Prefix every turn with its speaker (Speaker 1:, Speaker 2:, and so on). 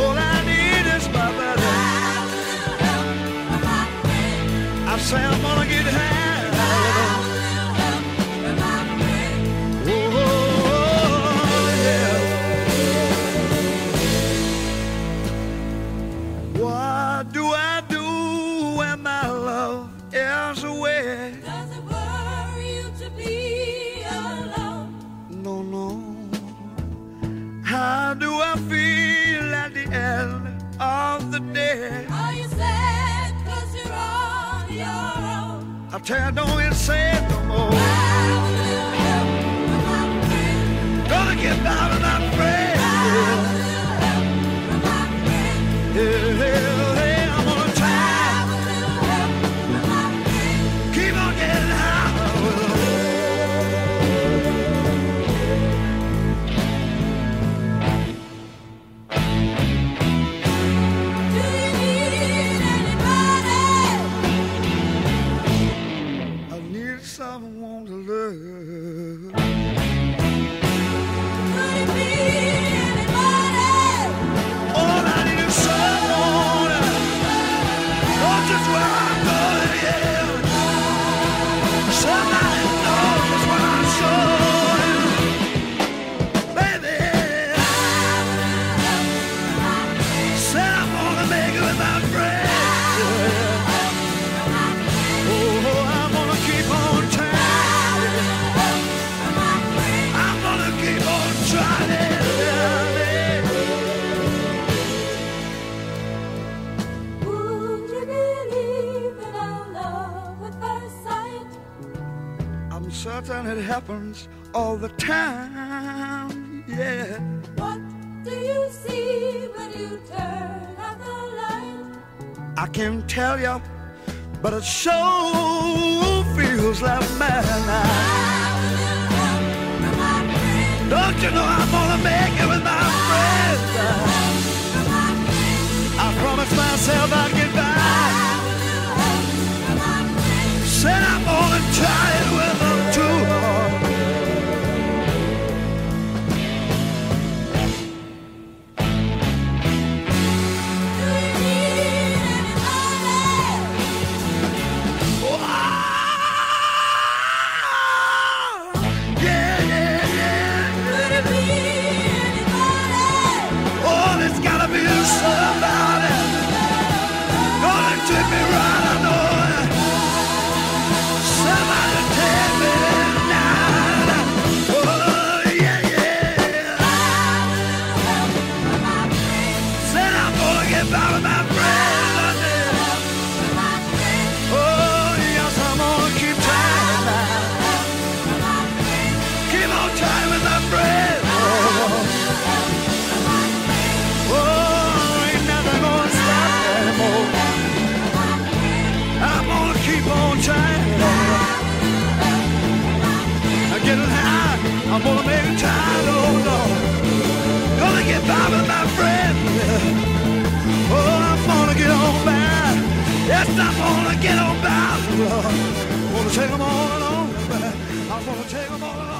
Speaker 1: All I need is my brother. I say I'm gonna get high. Oh, yeah. What do I do when my love is away? No, no. How do I feel at the end of the day? I tell you, don't it say it no more. Gonna get out of my friend. Yeah, yeah, yeah, I'm gonna try. Keep on getting high. I need someone to love. All I need is someone. Not just where I'm going, yeah. Somebody knows what I'm showing. Baby, said I'm gonna make it with my friends. Oh, I'm gonna keep on trying. I'm gonna keep on trying. baby. I'm certain it happens all the time. Yeah. I can tell you, but it sure feels like mine. Don't you know I'm gonna make it with my friends? I promised myself I'd get by. Said I'm gonna try it with them too. Oh, Ah! Yeah, yeah, yeah. Oh, there's gotta be somebody. Gonna take me right, I know it. Somebody take me tonight. Oh, yeah, yeah. Said I'm gonna get by with my friends. I did. Oh, yes, I'm gonna keep trying. Keep on trying with my friends. Oh, ain't nothing gonna stop me anymore. I'm gonna keep on trying. I'm getting high. I'm gonna make it tired. Oh no, gonna get by with my friend. Oh, I'm gonna get on by. Yes, I'm gonna get on by. I'm gonna take 'em all along. I'm gonna take 'em all along.